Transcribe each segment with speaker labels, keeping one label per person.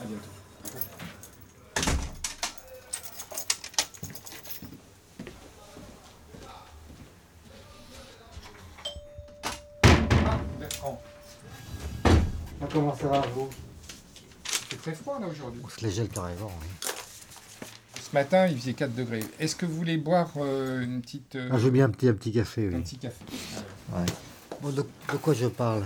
Speaker 1: À bientôt. Ah, Bertrand,
Speaker 2: Ah, comment ça va, vous
Speaker 1: c'est très froid là aujourd'hui.
Speaker 3: On se les gèle carrément. hein. oui.
Speaker 1: Ce matin, il faisait 4 degrés. Est-ce que vous voulez boire euh, une petite, euh,
Speaker 3: Ah, je veux bien un petit, un petit café,
Speaker 1: un
Speaker 3: oui.
Speaker 1: petit café
Speaker 3: Ouais. Bon, de, de quoi je parle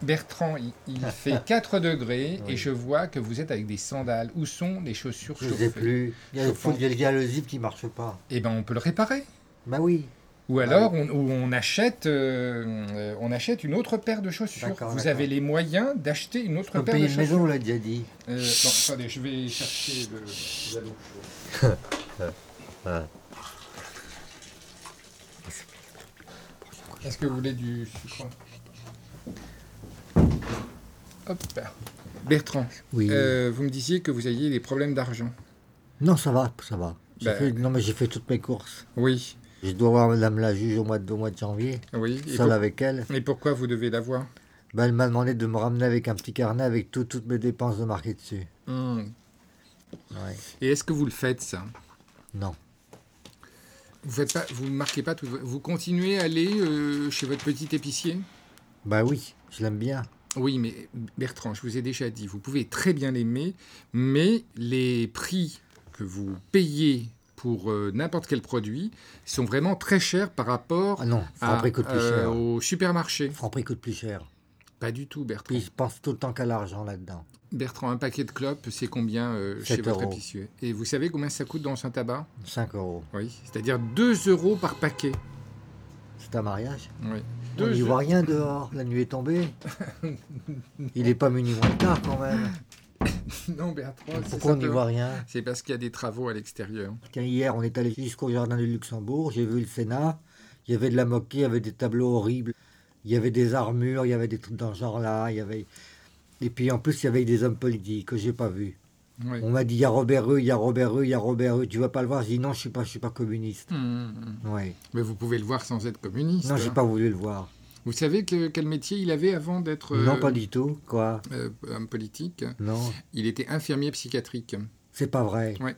Speaker 1: Bertrand, il, il
Speaker 3: Ah.
Speaker 1: fait 4 degrés et je vois que vous êtes avec des sandales. Où sont les chaussures
Speaker 3: Je ne sais
Speaker 1: chauffées
Speaker 3: plus. Il y a le, fou- il y a le- il y a le zip qui marche pas.
Speaker 1: Eh bien, on peut le réparer.
Speaker 3: Bah oui.
Speaker 1: Ou alors, on, ou on achète, euh, euh, on achète une autre paire de chaussures.
Speaker 3: D'accord,
Speaker 1: Vous
Speaker 3: d'accord.
Speaker 1: avez les moyens d'acheter une autre
Speaker 3: On
Speaker 1: paire
Speaker 3: payer
Speaker 1: de
Speaker 3: une
Speaker 1: chaussures.
Speaker 3: maison, on l'a déjà dit.
Speaker 1: Euh, non, attendez, je vais chercher le l'anneau. Est-ce que vous voulez du sucre Hop. Bertrand,
Speaker 3: Oui.
Speaker 1: euh, vous me disiez que vous aviez des problèmes d'argent.
Speaker 3: Non, ça va, ça va. J'ai
Speaker 1: bah-
Speaker 3: fait- non, mais j'ai fait toutes mes courses.
Speaker 1: Oui,
Speaker 3: Je dois voir madame la juge au mois de, au mois de janvier,
Speaker 1: oui. Et,
Speaker 3: seule
Speaker 1: pour-
Speaker 3: avec elle.
Speaker 1: et pourquoi vous devez l'avoir
Speaker 3: Bah, elle m'a demandé de me ramener avec un petit carnet avec tout- toutes mes dépenses de marquer dessus.
Speaker 1: Hmm.
Speaker 3: Ouais.
Speaker 1: Et est-ce que vous le faites ça
Speaker 3: Non.
Speaker 1: Vous faites pas, vous marquez pas tout. Vous continuez à aller euh, chez votre petit épicier
Speaker 3: Bah oui, je l'aime bien.
Speaker 1: Oui, mais Bertrand, je vous ai déjà dit, vous pouvez très bien l'aimer, mais les prix que vous payez pour euh, n'importe quel produit sont vraiment très chers par rapport
Speaker 3: Ah non,
Speaker 1: à,
Speaker 3: Franprix coûte plus
Speaker 1: euh,
Speaker 3: cher.
Speaker 1: au supermarché.
Speaker 3: Franprix coûte plus cher.
Speaker 1: Pas du tout, Bertrand.
Speaker 3: Puis je pense tout le temps qu'à l'argent là-dedans.
Speaker 1: Bertrand, un paquet de clopes, c'est combien euh, chez
Speaker 3: Sept
Speaker 1: votre
Speaker 3: euros.
Speaker 1: épicier Et vous savez combien ça coûte dans un tabac
Speaker 3: 5 euros.
Speaker 1: Oui, c'est-à-dire 2 euros par paquet.
Speaker 3: C'est un mariage
Speaker 1: Oui.
Speaker 3: On
Speaker 1: Deux
Speaker 3: n'y
Speaker 1: eu-
Speaker 3: voit rien dehors, la nuit est tombée. Il n'est pas minuit moins tard quand même.
Speaker 1: Non, Bertrand, c'est
Speaker 3: Pourquoi on n'y
Speaker 1: simplement-
Speaker 3: voit rien
Speaker 1: C'est parce qu'il y a des travaux à l'extérieur.
Speaker 3: Tiens, hier, on est allé jusqu'au jardin du Luxembourg, j'ai vu le Sénat, il y avait de la moquée, il y avait des tableaux horribles, il y avait des armures, il y avait des trucs dans ce genre-là, il y avait... Et puis en plus, il y avait des hommes politiques que j'ai pas vus.
Speaker 1: Oui.
Speaker 3: On m'a dit, il y a Robert Rue, il y a Robert Rue, il y a Robert Rue, tu vas pas le voir Je dis, non, je suis pas, je suis pas communiste.
Speaker 1: Mmh.
Speaker 3: Ouais.
Speaker 1: Mais vous pouvez le voir sans être communiste.
Speaker 3: Non, j'ai
Speaker 1: hein.
Speaker 3: pas voulu le voir.
Speaker 1: Vous savez que- quel métier il avait avant d'être euh,
Speaker 3: Non, pas du tout, quoi.
Speaker 1: euh, homme politique
Speaker 3: Non,
Speaker 1: Il était infirmier psychiatrique.
Speaker 3: c'est pas vrai.
Speaker 1: Ouais.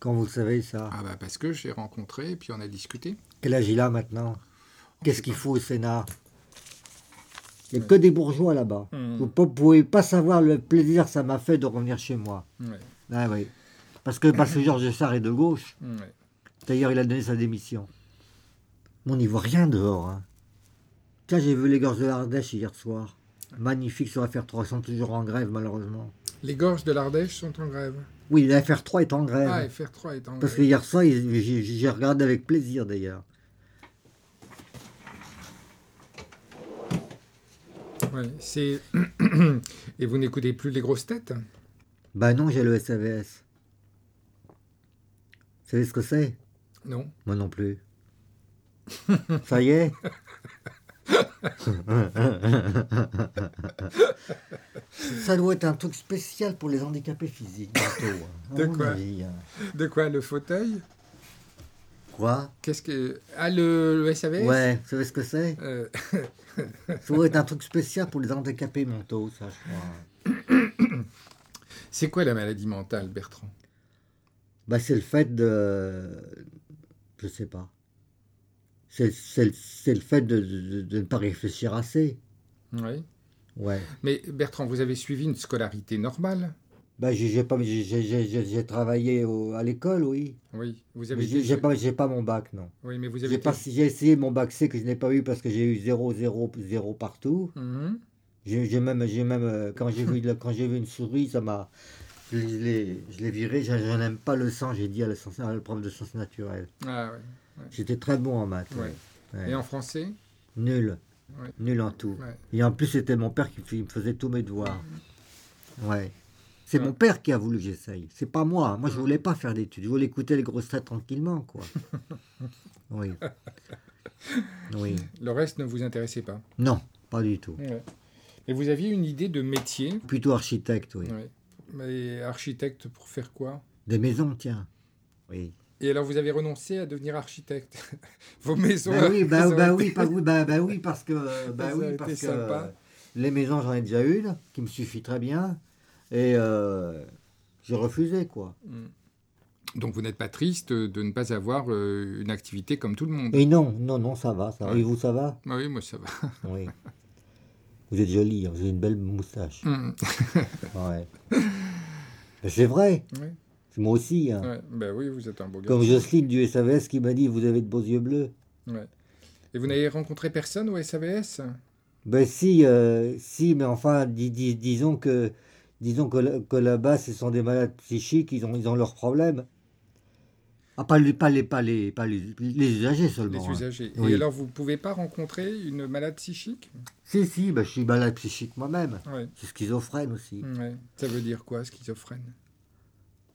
Speaker 3: Quand vous le savez, ça.
Speaker 1: Ah bah parce que j'ai rencontré et puis on a discuté.
Speaker 3: Quel âge il a maintenant Qu'est-ce qu'il faut au Sénat Il n'y a que des bourgeois là-bas.
Speaker 1: Hmm.
Speaker 3: Vous ne pouvez pas savoir le plaisir que ça m'a fait de revenir chez moi.
Speaker 1: Ouais,
Speaker 3: Ah oui. Parce que, parce que Georges Sarr est de gauche.
Speaker 1: ouais.
Speaker 3: D'ailleurs, il a donné sa démission. Mais On n'y voit rien dehors. hein. Tiens, j'ai vu les gorges de l'Ardèche hier soir. Magnifique sur FR3. Ils sont toujours en grève, malheureusement.
Speaker 1: Les gorges de l'Ardèche sont en grève.
Speaker 3: Oui, la FR3 est en grève.
Speaker 1: Ah, FR3 est en
Speaker 3: Parce que
Speaker 1: grève.
Speaker 3: hier soir, ils- j'ai j'ai regardé avec plaisir d'ailleurs.
Speaker 1: Ouais, c'est... et vous n'écoutez plus les grosses têtes
Speaker 3: Bah non, j'ai le SAVS. Vous savez ce que c'est
Speaker 1: Non.
Speaker 3: Moi non plus. Ça y est Ça doit être un truc spécial pour les handicapés physiques. bientôt, hein, à
Speaker 1: De
Speaker 3: mon
Speaker 1: quoi
Speaker 3: avis, hein.
Speaker 1: De quoi Le fauteuil
Speaker 3: Quoi
Speaker 1: Qu'est-ce que... Ah, le, le SAVS
Speaker 3: Ouais, vous savez ce que c'est
Speaker 1: Euh,
Speaker 3: Ça doit être un truc spécial pour les handicapés mentaux, ça, je crois.
Speaker 1: c'est quoi la maladie mentale, Bertrand
Speaker 3: Bah, c'est le fait de. Je sais pas. C'est c'est- c'est le fait de, de- de ne pas réfléchir assez.
Speaker 1: Oui.
Speaker 3: Ouais.
Speaker 1: Mais Bertrand, vous avez suivi une scolarité normale
Speaker 3: Bah, j'ai j'ai pas, j'ai- j'ai- j'ai- j'ai- j'ai travaillé au- à l'école, oui.
Speaker 1: Oui. Vous
Speaker 3: Mais
Speaker 1: avez
Speaker 3: j'ai
Speaker 1: été-
Speaker 3: j'ai pas, j'ai pas mon bac, non.
Speaker 1: Oui, mais vous avez
Speaker 3: J'ai pas-
Speaker 1: été-
Speaker 3: j'ai essayé mon bac C que je n'ai pas eu parce que j'ai eu 0, 0, 0 partout.
Speaker 1: Mhm.
Speaker 3: J'ai j'ai même, j'ai même euh, quand j'ai vu, de la- quand j'ai vu une souris, ça m'a. Je l'ai je l'ai viré, je, je n'aime pas le sang, j'ai dit à la, science- à la prof de sciences naturelles.
Speaker 1: Ah ouais.
Speaker 3: J'étais très bon en maths.
Speaker 1: Ouais.
Speaker 3: ouais.
Speaker 1: Et en français
Speaker 3: Nul.
Speaker 1: Ouais.
Speaker 3: Nul en tout.
Speaker 1: Ouais.
Speaker 3: Et en plus, c'était mon père qui f- me faisait tous mes devoirs. Ouais. C'est
Speaker 1: Ouais.
Speaker 3: mon père qui a voulu que j'essaye. C'est pas moi. Moi, je voulais pas faire d'études. Je voulais écouter les grosses têtes tranquillement, quoi. Oui. Oui.
Speaker 1: Le reste ne vous intéressait pas.
Speaker 3: Non, pas du tout.
Speaker 1: Et vous aviez une idée de métier
Speaker 3: Plutôt architecte, oui.
Speaker 1: Ouais. Mais architecte pour faire quoi
Speaker 3: Des maisons, tiens. Oui.
Speaker 1: Et alors, vous avez renoncé à devenir architecte. Vos maisons.
Speaker 3: Bah oui, bah,
Speaker 1: elles ont été-
Speaker 3: bah oui, pas- oui, bah- bah oui, parce que,
Speaker 1: Ça
Speaker 3: bah
Speaker 1: a
Speaker 3: oui,
Speaker 1: été
Speaker 3: parce que
Speaker 1: sympa.
Speaker 3: les maisons, j'en ai déjà une, qui me suffit très bien, et euh, j'ai refusé, quoi.
Speaker 1: Donc, vous n'êtes pas triste de ne pas avoir euh, une activité comme tout le monde.
Speaker 3: Et non, non, non, ça va, ça va.
Speaker 1: Ouais.
Speaker 3: Et vous, ça va
Speaker 1: Ah oui, moi, ça va.
Speaker 3: Oui. Vous êtes jolie, hein, vous avez une belle moustache.
Speaker 1: Mm.
Speaker 3: Ouais. Mais C'est vrai,
Speaker 1: Ouais,
Speaker 3: moi aussi. hein.
Speaker 1: ouais. Bah oui, vous êtes un beau gars.
Speaker 3: Comme Jocelyne du SAVS qui m'a dit, vous avez de beaux yeux bleus.
Speaker 1: Ouais. Et vous n'avez rencontré personne au SAVS
Speaker 3: Ben si, euh, si, mais enfin, dis- dis- disons que, disons que, là- que là-bas, ce sont des malades psychiques, ils ont, ils ont leurs problèmes. Ah, pas les, pas les, pas les, pas les, les usagers
Speaker 1: Les
Speaker 3: seulement. hein.
Speaker 1: usagers. Et
Speaker 3: Oui.
Speaker 1: alors, vous ne pouvez pas rencontrer une malade psychique
Speaker 3: Si, si, ben, je suis malade psychique moi-même.
Speaker 1: ouais.
Speaker 3: Je suis schizophrène aussi.
Speaker 1: Ouais. Ça veut dire quoi, schizophrène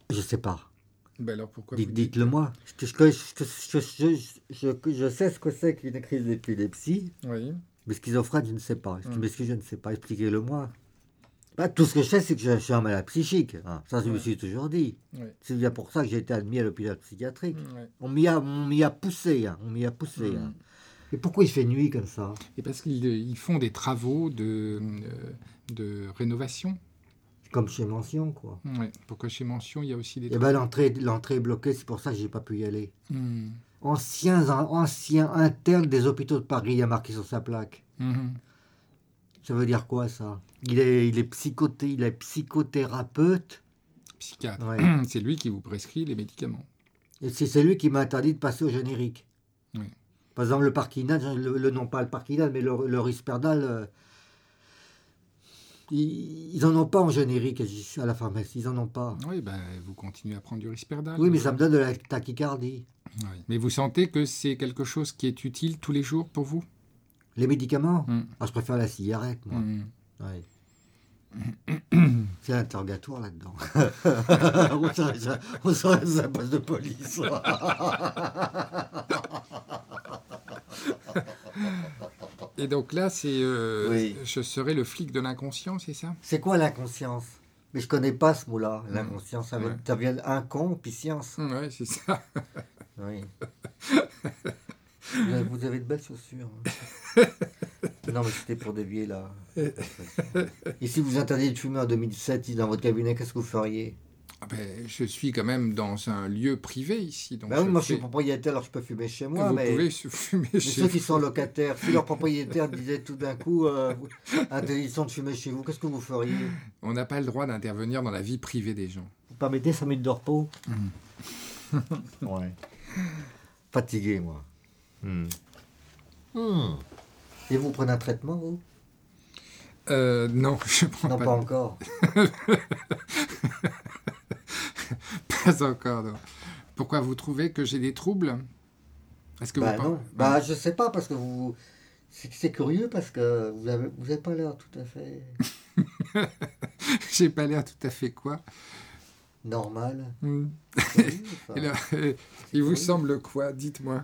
Speaker 3: Je sais pas.
Speaker 1: Bah alors, pourquoi
Speaker 3: Dites-
Speaker 1: vous dites
Speaker 3: Dites-le moi. Je, je- je- je- je- je- je sais ce que c'est qu'une crise d'épilepsie,
Speaker 1: Oui.
Speaker 3: mais schizophrène, je ne sais pas.
Speaker 1: Mm.
Speaker 3: Mais ce que je ne sais pas, expliquez-le moi. Ben, tout ce que je sais, c'est que je, je suis un malade psychique. hein. Ça, je me
Speaker 1: Ouais.
Speaker 3: suis toujours dit.
Speaker 1: Ouais.
Speaker 3: C'est bien pour ça que j'ai été admis à l'hôpital psychiatrique.
Speaker 1: Ouais.
Speaker 3: On m'y a, on m'y a poussé, hein, on m'y a poussé. hein. Et pourquoi il fait nuit comme ça
Speaker 1: Et parce qu'ils euh, ils font des travaux de, euh, de rénovation.
Speaker 3: Comme chez Mention, quoi.
Speaker 1: Ouais. Pourquoi chez Mention, il y a aussi des
Speaker 3: Et ben l'entrée, l'entrée est bloquée, c'est pour ça que j'ai pas pu y aller.
Speaker 1: Hmm.
Speaker 3: Ancien, ancien interne des hôpitaux de Paris a marqué sur sa plaque.
Speaker 1: Mhm.
Speaker 3: Ça veut dire quoi ça Il est, il est psychothé, il est psychothérapeute.
Speaker 1: Psychiatre.
Speaker 3: Ouais.
Speaker 1: C'est lui qui vous prescrit les médicaments.
Speaker 3: Et c'est celui qui m'a interdit de passer au générique.
Speaker 1: Oui.
Speaker 3: Par exemple, le Parkinal, le, le- non pas le Parkinal, mais le, le Risperdal, euh, ils, ils en ont pas en générique à la pharmacie, ils en ont pas.
Speaker 1: Oui, ben, vous continuez à prendre du risperdal.
Speaker 3: Oui, mais ça me donne de la tachycardie.
Speaker 1: Ouais. Mais vous sentez que c'est quelque chose qui est utile tous les jours pour vous
Speaker 3: Les médicaments
Speaker 1: Mm.
Speaker 3: Ah, Je préfère la cigarette, moi.
Speaker 1: Hmm.
Speaker 3: Ouais. C'est l'interrogatoire là-dedans. on s'arrête à- on s'arrête à la poste de police.
Speaker 1: Et donc là, c'est euh,
Speaker 3: Oui.
Speaker 1: je serai le flic de l'inconscient, c'est ça
Speaker 3: C'est quoi l'inconscience Mais je connais pas ce mot-là. L'inconscience, ça vient,
Speaker 1: Ouais.
Speaker 3: ça vient incon, puis science.
Speaker 1: Oui, c'est ça.
Speaker 3: Oui. vous, avez, vous avez de belles chaussures. hein. non, mais c'était pour dévier là. Et si vous interdites de fumer en 2007 dans votre cabinet, qu'est-ce que vous feriez
Speaker 1: Ah ben, je suis quand même dans un lieu privé ici. Donc
Speaker 3: Ben oui,
Speaker 1: je
Speaker 3: moi je suis
Speaker 1: fais-
Speaker 3: propriétaire, alors je peux fumer chez moi,
Speaker 1: vous
Speaker 3: mais.
Speaker 1: pouvez se fumer
Speaker 3: mais
Speaker 1: chez
Speaker 3: ceux qui sont locataires, si leur propriétaire disait tout d'un coup euh, interdiction de fumer chez vous, qu'est-ce que vous feriez
Speaker 1: On n'a pas le droit d'intervenir dans la vie privée des gens.
Speaker 3: Vous permettez 5 minutes de repos Ouais. Fatigué, moi. Hmm. Et vous prenez un traitement, vous
Speaker 1: Euh, non, je prends
Speaker 3: Non,
Speaker 1: pas,
Speaker 3: pas encore.
Speaker 1: pas encore. non. Pourquoi vous trouvez que j'ai des troubles Est-ce que
Speaker 3: Bah
Speaker 1: vous Mm. pen-
Speaker 3: non, bah je sais pas parce que vous, c'est c'est curieux parce que vous avez, vous avez pas l'air tout à fait
Speaker 1: j'ai pas l'air tout à fait quoi
Speaker 3: normal.
Speaker 1: Hmm.
Speaker 3: C'est curieux, ça.
Speaker 1: Et là, euh, Il vous
Speaker 3: Oui.
Speaker 1: semble quoi Dites-moi.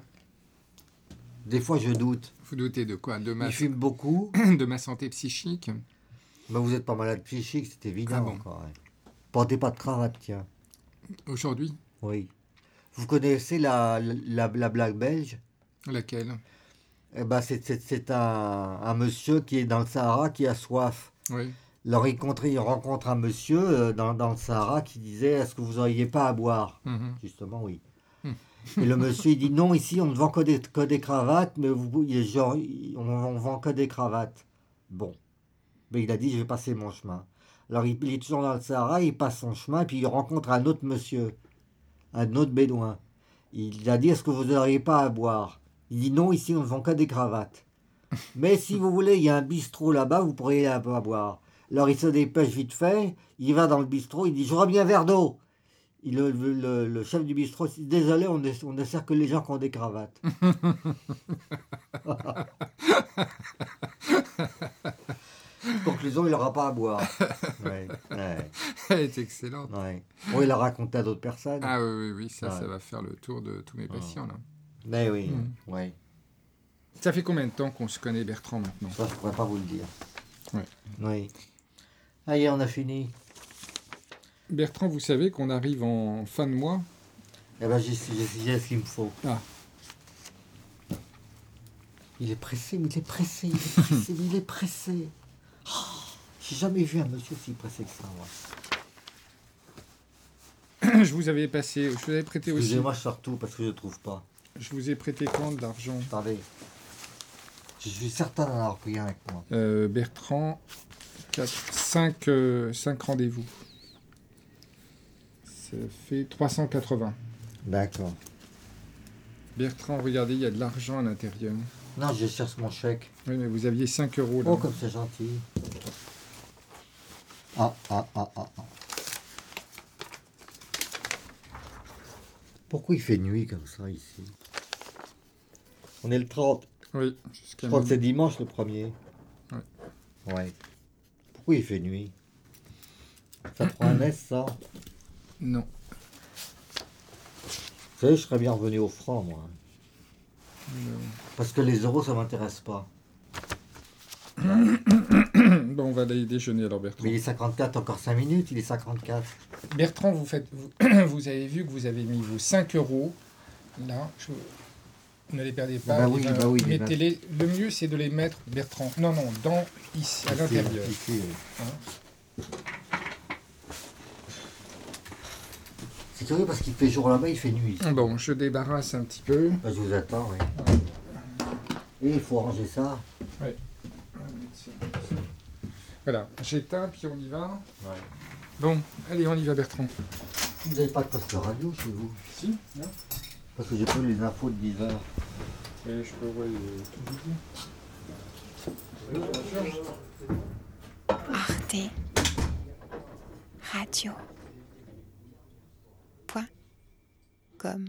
Speaker 3: Des fois je doute.
Speaker 1: Vous doutez de quoi de ma...
Speaker 3: Il fume beaucoup.
Speaker 1: de ma santé psychique
Speaker 3: Bah vous êtes pas malade psychique, c'est évident.
Speaker 1: Ah bon.
Speaker 3: quoi, ouais. Portez pas de cravate, tiens.
Speaker 1: Aujourd'hui
Speaker 3: Oui. Vous connaissez la, la, la blague belge
Speaker 1: Laquelle
Speaker 3: Eh ben c'est- c'est c'est un, un monsieur qui est dans le Sahara qui a soif.
Speaker 1: Oui.
Speaker 3: Il rencontre, il rencontre un monsieur euh, dans, dans le Sahara qui disait Est-ce que vous auriez pas à boire
Speaker 1: Mhm.
Speaker 3: Justement, oui.
Speaker 1: Hmm.
Speaker 3: Et le monsieur, il dit non, ici, on ne vend que des, que des cravates, mais vous, il est genre, il- on, on vend que des cravates. Bon. Mais il a dit, je vais passer mon chemin. Alors, il, il est toujours dans le Sahara, il passe son chemin, puis il rencontre un autre monsieur, un autre bédouin. Il a dit, est-ce que vous n'auriez pas à boire Il dit non, ici, on ne vend que des cravates. Mais si vous voulez, il y a un bistrot là-bas, vous pourriez aller à boire. Alors, il se dépêche vite fait, il va dans le bistrot, il dit, je reviens vers d'eau. Il- le, le- le chef du bistrot, dit, désolé, on ne, on ne sert que les gens qui ont des cravates. Conclusion, il n'aura pas à boire. Ouais, ouais,
Speaker 1: Elle est excellente.
Speaker 3: ouais. Bon, il a raconté à d'autres personnes.
Speaker 1: Ah oui, oui, oui, ça,
Speaker 3: Ouais. Ah.
Speaker 1: ça va faire le tour de tous mes patients. Là.
Speaker 3: Mais oui,
Speaker 1: Mm.
Speaker 3: ouais.
Speaker 1: Ça fait combien de temps qu'on se connaît, Bertrand, maintenant
Speaker 3: ça, je ne pourrais pas vous le dire.
Speaker 1: Ouais.
Speaker 3: Oui. Allez, on a fini.
Speaker 1: Bertrand, vous savez qu'on arrive en fin de mois
Speaker 3: Eh ben, j'ai j'ai- j'ai ce qu'il me faut.
Speaker 1: Ah.
Speaker 3: Il est pressé, mais il est pressé, il est pressé, mais il est pressé. Oh, j'ai jamais vu un monsieur si pressé que ça, moi.
Speaker 1: je vous avais passé, je vous avais prêté aussi.
Speaker 3: Excusez-moi, je sors tout parce que je ne trouve pas.
Speaker 1: Je vous ai prêté quand de l'argent
Speaker 3: Attendez. Je suis certain d'en avoir pris un avec moi.
Speaker 1: Euh, Bertrand, 5 rendez-vous. Ça fait 380.
Speaker 3: D'accord.
Speaker 1: Bertrand, regardez, il y a de l'argent à l'intérieur.
Speaker 3: Non, je cherche mon chèque.
Speaker 1: Oui, mais vous aviez 5 euros là.
Speaker 3: Oh, comme c'est gentil. Ah, ah, ah, ah, ah. Pourquoi il fait nuit comme ça ici On est le 30.
Speaker 1: Oui,
Speaker 3: Je
Speaker 1: jusqu'à
Speaker 3: crois que c'est
Speaker 1: minuit.
Speaker 3: dimanche le premier. Ouais. Pourquoi il fait nuit Ça prend un S, ça Vous
Speaker 1: Non.
Speaker 3: savez, je serais bien revenu au franc, moi. Parce que les euros, ça m'intéresse pas.
Speaker 1: Bon, on va aller déjeuner alors, Bertrand.
Speaker 3: Mais il est 54, encore 5 minutes, il est 54.
Speaker 1: Bertrand, vous, faites, vous, vous avez vu que vous avez mis vos 5 euros. Là, je- ne les perdez pas.
Speaker 3: Bah
Speaker 1: les
Speaker 3: oui,
Speaker 1: vingt-
Speaker 3: bah oui, les vingt.
Speaker 1: mettez-les- Le mieux, c'est de les mettre, Bertrand. Non, non, dans, ici, à
Speaker 3: Ici,
Speaker 1: l'intérieur.
Speaker 3: ici, oui. C'est curieux parce qu'il fait jour là-bas, il fait nuit.
Speaker 1: Bon, je débarrasse un petit peu.
Speaker 3: Bah, je vous attends, oui. Et il faut ranger ça.
Speaker 1: Voilà, j'éteins, puis on y va. Bon, allez, on y va, Bertrand.
Speaker 3: Vous n'avez pas de poste radio chez vous
Speaker 1: Si, non
Speaker 3: Parce que j'ai pas eu les infos de 10 heures.
Speaker 1: Et je peux ouais, euh, tout vous dire.
Speaker 4: Arte Radio. Point. Comme.